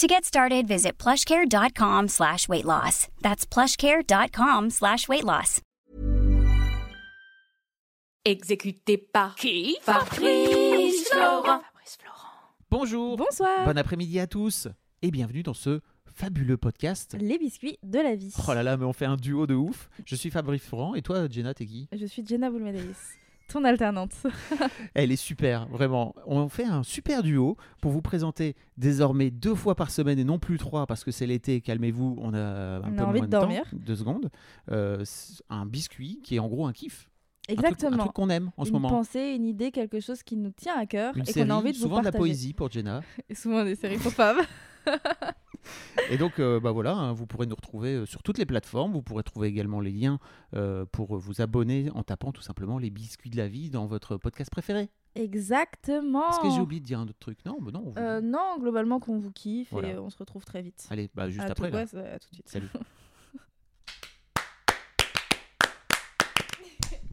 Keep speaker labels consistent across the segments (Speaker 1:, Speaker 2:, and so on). Speaker 1: To get started, visit plushcare.com slash weight loss. That's plushcare.com slash weight loss.
Speaker 2: Exécuté par qui Fabrice Florent.
Speaker 3: Bonjour,
Speaker 4: Bonsoir.
Speaker 3: bon après-midi à tous et bienvenue dans ce fabuleux podcast.
Speaker 4: Les biscuits de la vie.
Speaker 3: Oh là là, mais on fait un duo de ouf. Je suis Fabrice Florent et toi, Jenna, t'es qui
Speaker 4: Je suis Jenna Boulmedelis, ton alternante.
Speaker 3: Elle est super, vraiment. On fait un super duo pour vous présenter désormais deux fois par semaine et non plus trois parce que c'est l'été, calmez-vous, on a un
Speaker 4: On
Speaker 3: peu
Speaker 4: a
Speaker 3: moins
Speaker 4: envie
Speaker 3: de,
Speaker 4: de dormir.
Speaker 3: temps, deux secondes. Euh, c'est un biscuit qui est en gros un kiff. Un truc- Un truc,
Speaker 4: Exactement.
Speaker 3: qu'on aime en ce
Speaker 4: une
Speaker 3: moment.
Speaker 4: pensée, une idée, quelque chose qui nous tient à cœur
Speaker 3: Une
Speaker 4: et
Speaker 3: série,
Speaker 4: qu'on a envie de vous
Speaker 3: souvent de la
Speaker 4: partager.
Speaker 3: poésie pour Jenna.
Speaker 4: Et souvent des séries pour femmes.
Speaker 3: Et donc, euh, bah voilà, hein, vous pourrez nous retrouver euh, sur toutes les plateformes. Vous pourrez trouver également les liens euh, pour vous abonner en tapant tout simplement les biscuits de la vie dans votre podcast préféré.
Speaker 4: Exactement.
Speaker 3: Est-ce que j'ai oublié de dire un autre truc Non, bah non. on vous-
Speaker 4: Oh. Euh, non, globalement qu'on vous kiffe
Speaker 3: Voilà.
Speaker 4: et euh, on se retrouve très vite.
Speaker 3: Allez, bah juste
Speaker 4: À
Speaker 3: après.
Speaker 4: tout,
Speaker 3: là.
Speaker 4: ouais, ça- à tout de suite.
Speaker 3: Salut.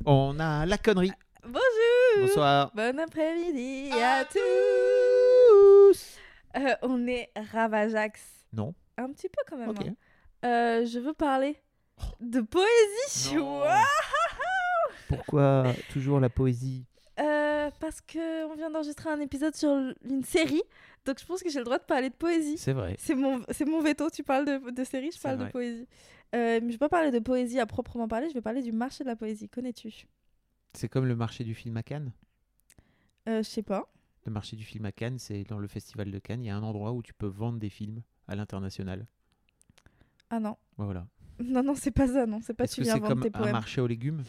Speaker 3: On a la connerie.
Speaker 4: Bonjour.
Speaker 3: Bonsoir.
Speaker 4: Bon après-midi
Speaker 3: Ah.
Speaker 4: à tous. Euh, on est Ravajax.
Speaker 3: Non.
Speaker 4: Un petit peu quand même.
Speaker 3: Ok. Oh.
Speaker 4: hein. Euh, je veux parler de poésie.
Speaker 3: Non.
Speaker 4: Ouah.
Speaker 3: Pourquoi toujours la poésie
Speaker 4: Euh, parce que on vient d'enregistrer un épisode sur l- une série, donc je pense que j'ai le droit de parler de poésie.
Speaker 3: C'est vrai.
Speaker 4: C'est mon, c'est mon veto, tu parles de, de série, je
Speaker 3: C'est
Speaker 4: parle
Speaker 3: vrai.
Speaker 4: de poésie. Euh, mais je ne vais pas parler de poésie à proprement parler, je vais parler du marché de la poésie. Connais-tu
Speaker 3: C'est comme le marché du film à Cannes.
Speaker 4: euh, Je sais pas.
Speaker 3: Le marché du film à Cannes, c'est dans le festival de Cannes. Il y a un endroit où tu peux vendre des films à l'international.
Speaker 4: Ah non.
Speaker 3: Voilà.
Speaker 4: Non, non, c'est pas ça, non. C'est pas
Speaker 3: Est-ce
Speaker 4: tu
Speaker 3: que
Speaker 4: viens
Speaker 3: c'est
Speaker 4: vendre
Speaker 3: comme
Speaker 4: tes
Speaker 3: un
Speaker 4: poèmes.
Speaker 3: marché aux légumes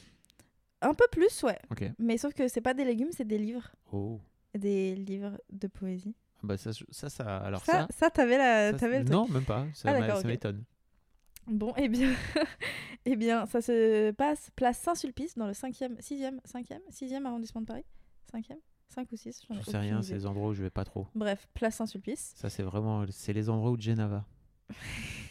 Speaker 4: Un peu plus, ouais.
Speaker 3: Ok.
Speaker 4: Mais sauf que c'est pas des légumes, c'est des livres.
Speaker 3: Oh.
Speaker 4: Des livres de poésie.
Speaker 3: Ah Bah ça, je- ça, ça- alors
Speaker 4: ça,
Speaker 3: ça.
Speaker 4: ça, t'avais la.
Speaker 3: ça,
Speaker 4: t'avais le truc.
Speaker 3: non, même pas. Ça
Speaker 4: Ah,
Speaker 3: m'a-
Speaker 4: d'accord,
Speaker 3: ça
Speaker 4: ok.
Speaker 3: m'étonne.
Speaker 4: Bon, eh bien, eh bien, ça se passe place Saint-Sulpice, dans le 5e, 6e, 5e, 6e arrondissement de Paris 5e 5 ou 6 j'en ai
Speaker 3: J'en sais
Speaker 4: aucune
Speaker 3: rien,
Speaker 4: idée.
Speaker 3: ces endroits où je vais pas trop.
Speaker 4: Bref, place Saint-Sulpice.
Speaker 3: Ça, c'est vraiment. C'est les endroits où Jenna va.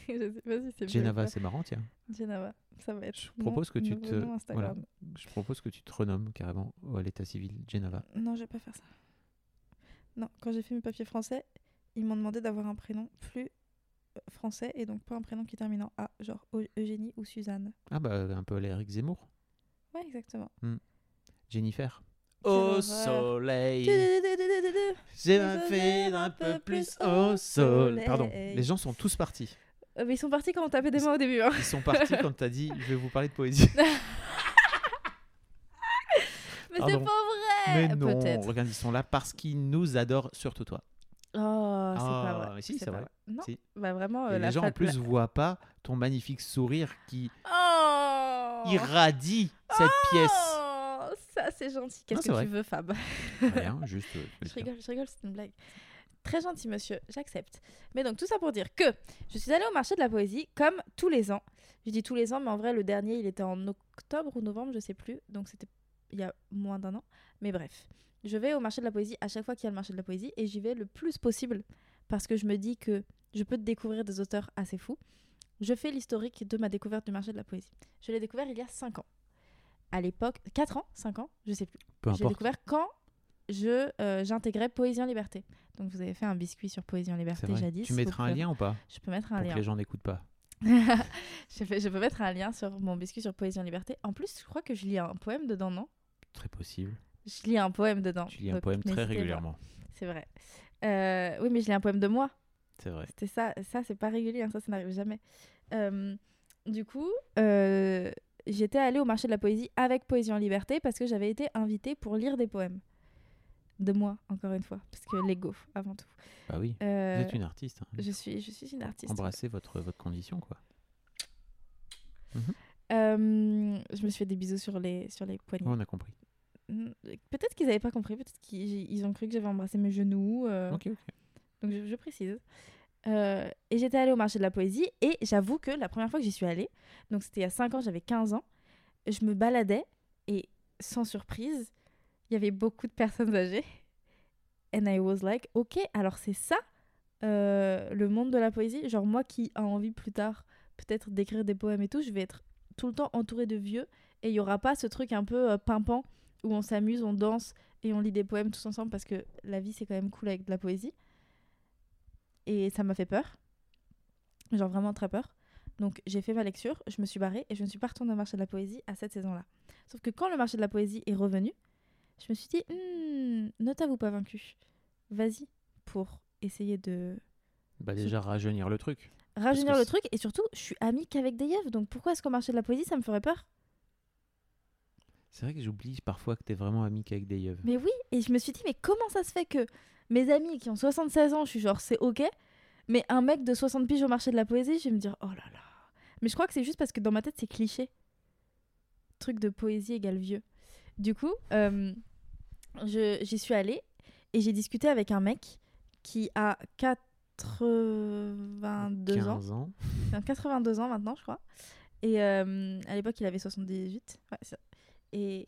Speaker 4: je sais pas si c'est mieux ou
Speaker 3: Jenna va,
Speaker 4: pas.
Speaker 3: c'est marrant, tiens.
Speaker 4: Genava, ça va être.
Speaker 3: Je propose que tu te- voilà.
Speaker 4: Instagram.
Speaker 3: Je propose que tu te renommes carrément au- à l'état civil Geneva.
Speaker 4: Non, je vais pas faire ça. Non, quand j'ai fait mes papiers français, ils m'ont demandé d'avoir un prénom plus euh, français et donc pas un prénom qui termine en A, genre Eu- Eugénie ou Suzanne.
Speaker 3: Ah bah un peu à l'Éric Zemmour.
Speaker 4: Ouais, exactement.
Speaker 3: Jennifer.
Speaker 4: Quelle horreur.
Speaker 3: soleil,
Speaker 4: Du-du-du-du-du-du-du.
Speaker 3: j'ai
Speaker 4: un
Speaker 3: fait
Speaker 4: fait d'un peu plus au sol.
Speaker 3: Pardon, les gens sont tous partis.
Speaker 4: Euh, mais ils sont partis quand on tapait des
Speaker 3: Ils
Speaker 4: mains au début. hein.
Speaker 3: Ils sont partis quand t'as dit je vais vous parler de poésie.
Speaker 4: Mais c'est
Speaker 3: Pardon.
Speaker 4: pas vrai
Speaker 3: Mais non,
Speaker 4: Peut-être.
Speaker 3: regarde, ils sont là parce qu'ils nous adorent, surtout toi.
Speaker 4: Oh, c'est pas
Speaker 3: Ah,
Speaker 4: vrai.
Speaker 3: mais si, c'est
Speaker 4: pas
Speaker 3: vrai.
Speaker 4: Non,
Speaker 3: Si.
Speaker 4: bah vraiment, euh,
Speaker 3: Et
Speaker 4: la
Speaker 3: les gens
Speaker 4: fa-
Speaker 3: en plus voient pas ton magnifique sourire qui
Speaker 4: la- Oh
Speaker 3: irradie cette pièce.
Speaker 4: Oh, Ça, c'est gentil.
Speaker 3: Non,
Speaker 4: Qu'est-ce
Speaker 3: c'est
Speaker 4: que
Speaker 3: vrai.
Speaker 4: tu veux, Fab
Speaker 3: Rien, juste. euh, le
Speaker 4: Je
Speaker 3: dire.
Speaker 4: rigole, je rigole, c'est une blague. Très gentil, monsieur, j'accepte. Mais donc, tout ça pour dire que je suis allée au marché de la poésie, comme tous les ans. Je dis tous les ans, mais en vrai, le dernier, il était en octobre ou novembre, je sais plus. Donc, c'était il y a moins d'un an. Mais bref, je vais au marché de la poésie à chaque fois qu'il y a le marché de la poésie et j'y vais le plus possible parce que je me dis que je peux découvrir des auteurs assez fous. Je fais l'historique de ma découverte du marché de la poésie. Je l'ai découvert il y a 5 ans. À l'époque, 4 ans, 5 ans, je sais plus.
Speaker 3: Peu
Speaker 4: J'ai
Speaker 3: importe.
Speaker 4: découvert quand je euh, j'intégrais Poésie en Liberté. Donc vous avez fait un biscuit sur Poésie en
Speaker 3: c'est
Speaker 4: Liberté
Speaker 3: vrai.
Speaker 4: jadis.
Speaker 3: Tu mettras
Speaker 4: vous
Speaker 3: un
Speaker 4: pouvez-
Speaker 3: lien ou pas
Speaker 4: Je peux mettre un
Speaker 3: Pour que
Speaker 4: lien.
Speaker 3: les gens n'écoutent pas.
Speaker 4: je, fais- je peux mettre un lien sur mon biscuit sur Poésie en Liberté. En plus, je crois que je lis un poème dedans, non
Speaker 3: Très possible.
Speaker 4: Je lis un poème dedans.
Speaker 3: Tu lis un
Speaker 4: Donc,
Speaker 3: poème très
Speaker 4: n'hésitez pas.
Speaker 3: régulièrement.
Speaker 4: C'est vrai. Euh, oui, mais je lis un poème de moi.
Speaker 3: C'est vrai.
Speaker 4: C'était ça, ça c'est pas régulier, hein, ça, ça n'arrive jamais. Euh, du coup, euh, j'étais allée au marché de la poésie avec Poésie en Liberté parce que j'avais été invitée pour lire des poèmes. De moi, encore une fois, parce que l'ego, avant tout.
Speaker 3: Bah oui.
Speaker 4: Euh,
Speaker 3: Vous êtes une artiste. hein.
Speaker 4: je, suis, je suis une artiste.
Speaker 3: Embrassez votre, votre condition, quoi.
Speaker 4: Euh, je me suis fait des bisous sur les, sur les poignets.
Speaker 3: Ouais, on a compris.
Speaker 4: Mm, Peut-être qu'ils n'avaient pas compris, peut-être qu'ils ils ont cru que j'avais embrassé mes genoux. euh,
Speaker 3: Ok, ok.
Speaker 4: Donc je, je précise. Euh, et j'étais allée au marché de la poésie et j'avoue que la première fois que j'y suis allée, donc c'était il y a 5 ans, j'avais 15 ans, je me baladais et sans surprise, il y avait beaucoup de personnes âgées. And I was like, ok, alors c'est ça euh, le monde de la poésie. Genre moi qui a envie plus tard peut-être d'écrire des poèmes et tout, je vais être tout le temps entourée de vieux et il y aura pas ce truc un peu euh, pimpant où on s'amuse, on danse et on lit des poèmes tous ensemble parce que la vie c'est quand même cool avec de la poésie. Et ça m'a fait peur. Genre vraiment très peur. Donc j'ai fait ma lecture, je me suis barrée et je ne suis pas retournée au marché de la poésie à cette saison-là. Sauf que quand le marché de la poésie est revenu, je me suis dit, Hmm, ne t'avoue pas vaincu. Vas-y pour essayer de
Speaker 3: Bah déjà rajeunir le truc.
Speaker 4: rajeunir
Speaker 3: que
Speaker 4: le
Speaker 3: c'est-
Speaker 4: truc et surtout, je suis amie qu'avec des yeux. Donc pourquoi est-ce qu'au marché de la poésie ça me ferait peur
Speaker 3: C'est vrai que j'oublie parfois que t'es vraiment ami qu'avec des yeux.
Speaker 4: Mais oui, et je me suis dit, mais comment ça se fait que mes amis qui ont 76 ans, je suis genre, c'est ok, mais un mec de 60 piges au marché de la poésie, je vais me dire, oh là là. Mais je crois que c'est juste parce que dans ma tête, c'est cliché. Truc de poésie égale vieux. Du coup, euh, je- j'y suis allée et j'ai discuté avec un mec qui a 82 ans.
Speaker 3: 15 ans.
Speaker 4: Enfin, 82 ans maintenant, je crois. Et euh, à l'époque, il avait 78. Ouais, c'est- et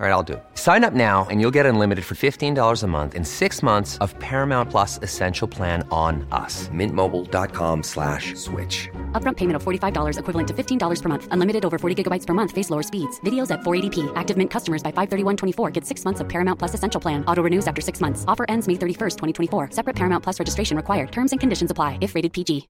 Speaker 5: All right, I'll do it. Sign up now and you'll get unlimited for $15 a month in six months of Paramount Plus Essential Plan on us. Mintmobile.com slash switch.
Speaker 6: Upfront payment of $45 equivalent to $15 per month. Unlimited over 40 gigabytes per month. Face lower speeds. Videos at 480p. Active Mint customers by 531.24 get six months of Paramount Plus Essential Plan. Auto renews after six months. Offer ends May 31st, 2024. Separate Paramount Plus registration required. Terms and conditions apply if rated PG.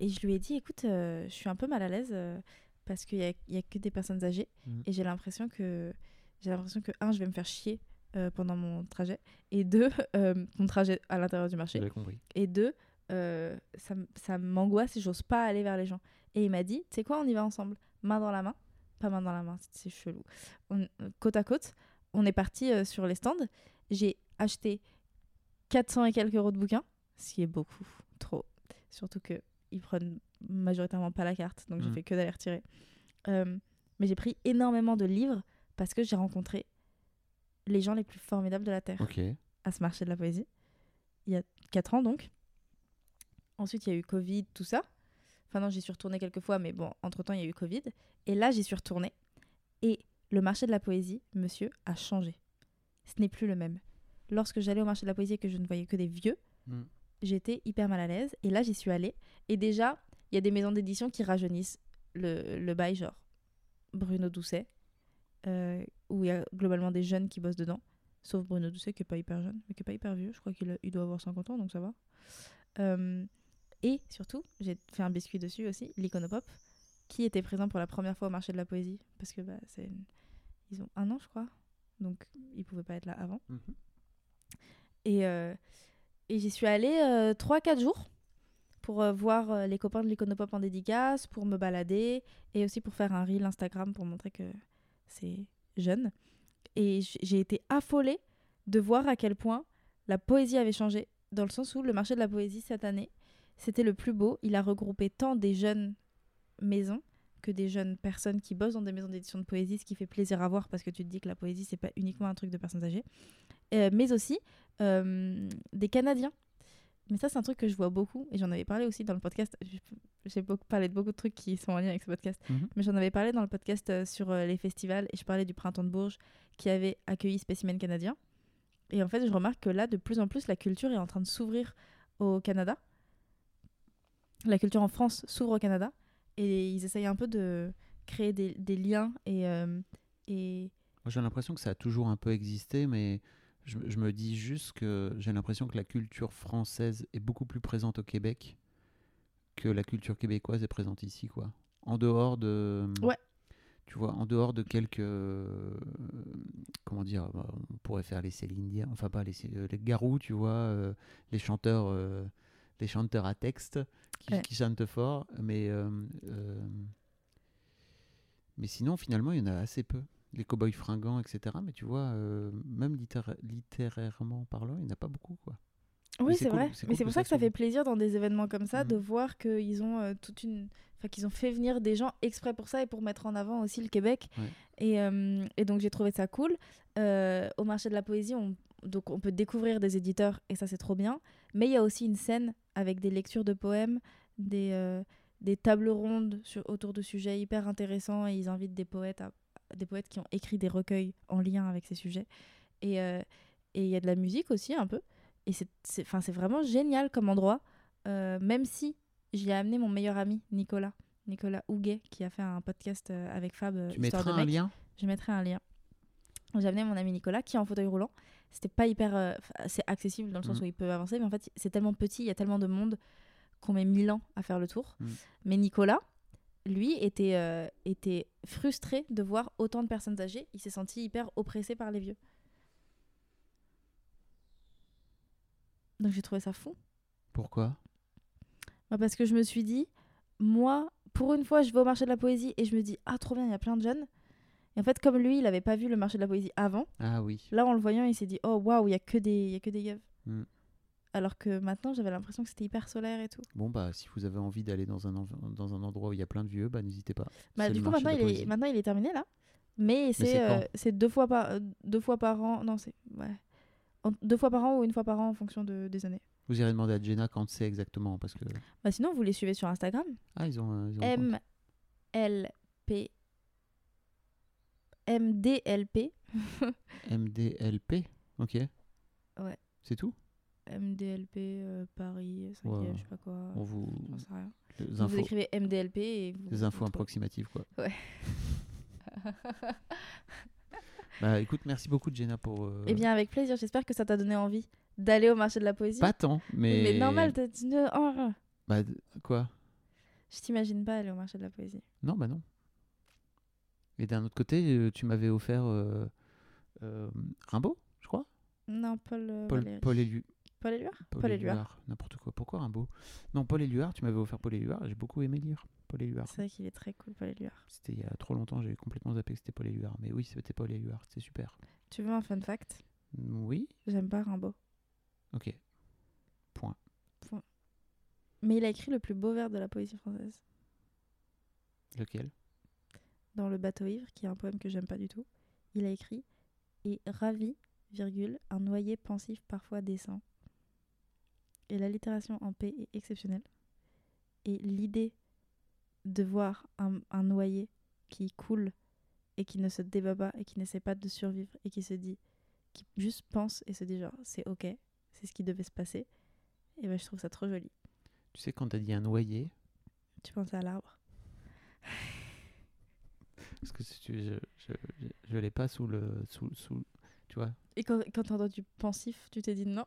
Speaker 4: Et je lui ai dit, écoute, euh, je suis un peu mal à l'aise euh, parce qu'il n'y a, il y a que des personnes âgées
Speaker 3: Mhm.
Speaker 4: et j'ai l'impression que j'ai l'impression que un, je vais me faire chier euh, pendant mon trajet et deux, euh, mon trajet à l'intérieur du marché
Speaker 3: J'avais compris.
Speaker 4: et deux, euh, ça, m- ça m'angoisse et j'ose pas aller vers les gens. Et il m'a dit, tu sais quoi, on y va ensemble, main dans la main, pas main dans la main, c'est- c'est chelou, On- côte à côte, on est parti euh, sur les stands, j'ai acheté 400 et quelques euros de bouquins, ce qui est beaucoup, trop, surtout que ils prennent majoritairement pas la carte, donc j'ai
Speaker 3: Mhm.
Speaker 4: fait que d'aller retirer. Euh, mais j'ai pris énormément de livres parce que j'ai rencontré les gens les plus formidables de la Terre
Speaker 3: Ok.
Speaker 4: à ce marché de la poésie, il y a 4 ans donc. Ensuite, il y a eu Covid, tout ça. Enfin non, j'y suis retournée quelques fois, mais bon, entre-temps, il y a eu Covid. Et là, j'y suis retournée. Et le marché de la poésie, monsieur, a changé. Ce n'est plus le même. Lorsque j'allais au marché de la poésie et que je ne voyais que des vieux,
Speaker 3: Mm.
Speaker 4: j'étais hyper mal à l'aise. Et là, j'y suis allée. Et déjà, il y a des maisons d'édition qui rajeunissent le, le bail, genre Bruno Doucet, euh, où il y a globalement des jeunes qui bossent dedans. Sauf Bruno Doucet qui est pas hyper jeune, mais qui est pas hyper vieux. Je crois qu'il a- il doit avoir 50 ans, donc ça va. Euh, et surtout, j'ai fait un biscuit dessus aussi, l'Iconopop, qui était présent pour la première fois au marché de la poésie. Parce que bah, c'est une- ils ont un an, je crois. Donc ils pouvaient pas être là avant.
Speaker 3: Mhm.
Speaker 4: Et, euh, et j'y suis allée 3-4 jours pour euh, voir euh, les copains de l'Iconopop en dédicace, pour me balader et aussi pour faire un reel Instagram pour montrer que c'est jeune. Et j- j'ai été affolée de voir à quel point la poésie avait changé, dans le sens où le marché de la poésie cette année, c'était le plus beau. Il a regroupé tant des jeunes maisons que des jeunes personnes qui bossent dans des maisons d'édition de poésie, ce qui fait plaisir à voir parce que tu te dis que la poésie, c'est pas uniquement un truc de personnes âgées, Euh, mais aussi euh, des Canadiens. Mais ça, c'est un truc que je vois beaucoup, et j'en avais parlé aussi dans le podcast. J'ai- J'ai beaucoup parlé de beaucoup de trucs qui sont en lien avec ce podcast,
Speaker 3: Mhm.
Speaker 4: mais j'en avais parlé dans le podcast euh, sur euh, les festivals, et je parlais du Printemps de Bourges qui avait accueilli Spécimen Canadien. Et en fait, je remarque que là, de plus en plus, la culture est en train de s'ouvrir au Canada. La culture en France s'ouvre au Canada. Et ils essayent un peu de créer des, des liens et, euh, et
Speaker 3: Moi, J'ai l'impression que ça a toujours un peu existé, mais je, je me dis juste que j'ai l'impression que la culture française est beaucoup plus présente au Québec que la culture québécoise est présente ici, quoi. En dehors de.
Speaker 4: Ouais.
Speaker 3: tu vois, en dehors de quelques. euh, comment dire bah, On pourrait faire les Céline Dion, enfin pas les, Cé- euh, les Garous, tu vois, euh, les chanteurs. euh, les chanteurs à texte qui,
Speaker 4: Ouais.
Speaker 3: qui chantent fort, mais, euh, euh, mais sinon, finalement, il y en a assez peu. Les cow-boys fringants, etc. Mais tu vois, euh, même littéra- littérairement parlant, il n'y en a pas beaucoup, quoi. Mais
Speaker 4: Oui,
Speaker 3: c'est
Speaker 4: c'est
Speaker 3: cool,
Speaker 4: vrai.
Speaker 3: c'est
Speaker 4: Mais
Speaker 3: cool
Speaker 4: c'est
Speaker 3: que
Speaker 4: pour
Speaker 3: ça
Speaker 4: ça que ça
Speaker 3: soit-
Speaker 4: fait plaisir dans des événements comme ça
Speaker 3: Mhm.
Speaker 4: de voir qu'ils ont euh, toute une, enfin qu'ils ont fait venir des gens exprès pour ça et pour mettre en avant aussi le Québec.
Speaker 3: Ouais.
Speaker 4: Et, euh, et donc j'ai trouvé ça cool. Euh, au marché de la poésie, on, donc on peut découvrir des éditeurs et ça c'est trop bien. Mais il y a aussi une scène avec des lectures de poèmes, des euh, des tables rondes sur, autour de sujets hyper intéressants et ils invitent des poètes à- des poètes qui ont écrit des recueils en lien avec ces sujets. Et euh, et il y a de la musique aussi un peu. Et c'est- c'est 'fin, c'est vraiment génial comme endroit, euh, même si j'y ai amené mon meilleur ami, Nicolas. Nicolas Houguet, qui a fait un podcast euh, avec Fab, euh,
Speaker 3: Tu
Speaker 4: Histoire
Speaker 3: mettras
Speaker 4: de
Speaker 3: un
Speaker 4: mec.
Speaker 3: lien
Speaker 4: Je mettrai un lien. J'ai amené mon ami Nicolas, qui est en fauteuil roulant. C'était pas hyper... euh, 'fin, c'est accessible dans le sens
Speaker 3: Mhm.
Speaker 4: où il peut avancer, mais en fait, c'est tellement petit, il y a tellement de monde qu'on met mille ans à faire le tour.
Speaker 3: Mhm.
Speaker 4: Mais Nicolas, lui, était, euh, était frustré de voir autant de personnes âgées. Il s'est senti hyper oppressé par les vieux. Donc j'ai trouvé ça fou.
Speaker 3: Pourquoi
Speaker 4: Bah, parce que je me suis dit, moi, pour une fois, je vais au marché de la poésie et je me dis, ah, trop bien, il y a plein de jeunes. Et en fait, comme lui, il n'avait pas vu le marché de la poésie avant,
Speaker 3: Ah oui.
Speaker 4: là, en le voyant, il s'est dit, oh, waouh, il y a que des il y a que des gueules.
Speaker 3: Mm.
Speaker 4: Alors que maintenant, j'avais l'impression que c'était hyper solaire et tout.
Speaker 3: Bon, bah, si vous avez envie d'aller dans un, env- dans un endroit où il y a plein de vieux, bah, n'hésitez pas.
Speaker 4: Bah,
Speaker 3: C'est
Speaker 4: du
Speaker 3: le
Speaker 4: coup,
Speaker 3: marché
Speaker 4: maintenant
Speaker 3: de la
Speaker 4: il, est,
Speaker 3: poésie.
Speaker 4: maintenant, il est terminé là. Mais c'est
Speaker 3: c'est
Speaker 4: euh,
Speaker 3: quand
Speaker 4: c'est deux, fois par euh, deux fois par an. Non, c'est. Ouais. En- Deux fois par an ou une fois par an en fonction de, des années.
Speaker 3: Vous irez demander à Jenna quand c'est exactement, parce que...
Speaker 4: Bah, sinon, vous les suivez sur Instagram.
Speaker 3: Ah, ils ont... euh, ils ont un compte.
Speaker 4: M L P M D L P
Speaker 3: MDLP Ok.
Speaker 4: Ouais.
Speaker 3: C'est tout
Speaker 4: M D L P euh, Paris 5
Speaker 3: Ouais.
Speaker 4: je sais pas quoi.
Speaker 3: On vous...
Speaker 4: j'en sais rien.
Speaker 3: Les
Speaker 4: Vous
Speaker 3: infos,
Speaker 4: écrivez M D L P et vous.
Speaker 3: les
Speaker 4: vous
Speaker 3: infos
Speaker 4: trouvez.
Speaker 3: approximatives, quoi.
Speaker 4: Ouais.
Speaker 3: Bah, écoute, merci beaucoup, Jenna, pour... euh,
Speaker 4: Eh bien avec plaisir. J'espère que ça t'a donné envie d'aller au marché de la poésie.
Speaker 3: Pas tant, mais...
Speaker 4: mais... normal. t'as dit, ne- oh,
Speaker 3: Bah, d- quoi
Speaker 4: je t'imagine pas aller au marché de la poésie.
Speaker 3: Non, bah non. Et d'un autre côté, euh, tu m'avais offert euh, euh, Rimbaud, je crois
Speaker 4: Non, Paul. euh,
Speaker 3: Paul,
Speaker 4: Valéry.
Speaker 3: Paul Élu-
Speaker 4: Paul Éluard
Speaker 3: Paul
Speaker 4: Paul
Speaker 3: Éluard, n'importe quoi. Pourquoi Rimbaud Non, Paul Éluard, tu m'avais offert Paul Éluard, j'ai beaucoup aimé lire Paul Éluard.
Speaker 4: C'est vrai qu'il est très cool, Paul Éluard.
Speaker 3: C'était il y a trop longtemps, j'ai complètement zappé que c'était Paul Éluard. Mais oui, c'était Paul Éluard, c'est super.
Speaker 4: Tu veux un fun fact
Speaker 3: Oui
Speaker 4: J'aime pas Rimbaud.
Speaker 3: Ok.
Speaker 4: Mais il a écrit le plus beau vers de la poésie française.
Speaker 3: Lequel
Speaker 4: dans Le bateau ivre, qui est un poème que j'aime pas du tout, il a écrit Et ravi, virgule, un noyé pensif parfois décent. Et l'allitération en P est exceptionnelle. Et l'idée de voir un, un noyé qui coule et qui ne se débat pas et qui n'essaie pas de survivre et qui se dit, qui juste pense et se dit genre c'est ok, c'est ce qui devait se passer, et ben je trouve ça trop joli.
Speaker 3: Tu sais, quand t'as dit un noyer,
Speaker 4: Tu penses à l'arbre
Speaker 3: parce que si tu- je, je, je, je l'ai pas sous le. Sous, sous, tu vois
Speaker 4: Et quand, quand t'as entendu pensif, tu t'es dit non,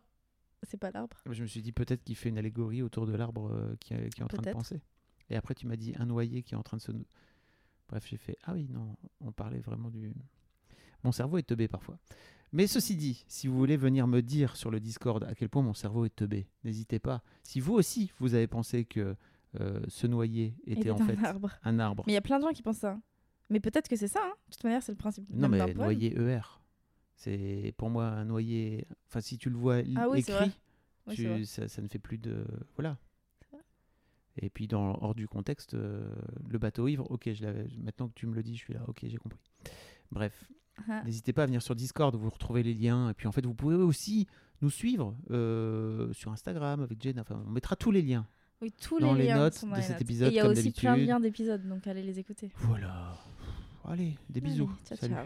Speaker 4: c'est pas l'arbre.
Speaker 3: Je me suis dit peut-être qu'il fait une allégorie autour de l'arbre euh, qui, est- qui est en train de
Speaker 4: Peut-être.
Speaker 3: penser. Et après, tu m'as dit un noyer qui est en train de se. nou- Bref, j'ai fait Ah oui, non, on parlait vraiment du. Mon cerveau est teubé parfois. Mais ceci dit, si vous voulez venir me dire sur le Discord à quel point mon cerveau est teubé, n'hésitez pas. Si vous aussi, vous avez pensé que euh, ce noyer était
Speaker 4: était
Speaker 3: en
Speaker 4: un
Speaker 3: fait
Speaker 4: arbre.
Speaker 3: un arbre.
Speaker 4: Mais il y a plein de gens qui pensent ça. hein. Mais peut-être que c'est ça. hein. De toute manière, c'est le principe
Speaker 3: Non,
Speaker 4: même
Speaker 3: mais
Speaker 4: d'un poème.
Speaker 3: noyer ER. C'est pour moi un noyer. Enfin, si tu le vois l-
Speaker 4: Ah oui, c'est vrai.
Speaker 3: écrit,
Speaker 4: Oui,
Speaker 3: tu-
Speaker 4: c'est vrai.
Speaker 3: ça, ça ne fait plus de. Voilà. Et puis, dans, hors du contexte, euh, le bateau ivre, ok, je l'avais- maintenant que tu me le dis, je suis là, ok, j'ai compris. Bref,
Speaker 4: Ah,
Speaker 3: n'hésitez pas à venir sur Discord, vous retrouvez les liens. Et puis, en fait, vous pouvez aussi nous suivre euh, sur Instagram avec Jen. Enfin, on mettra tous les liens.
Speaker 4: oui, tous
Speaker 3: dans les
Speaker 4: liens
Speaker 3: notes
Speaker 4: sont dans
Speaker 3: de
Speaker 4: les
Speaker 3: cet
Speaker 4: notes.
Speaker 3: épisode,
Speaker 4: Et il y a
Speaker 3: comme
Speaker 4: aussi plein de
Speaker 3: d'habitude.
Speaker 4: liens d'épisodes, donc allez les écouter.
Speaker 3: Voilà. Allez, des bisous.
Speaker 4: Allez, ciao,
Speaker 3: Salut.
Speaker 4: ciao.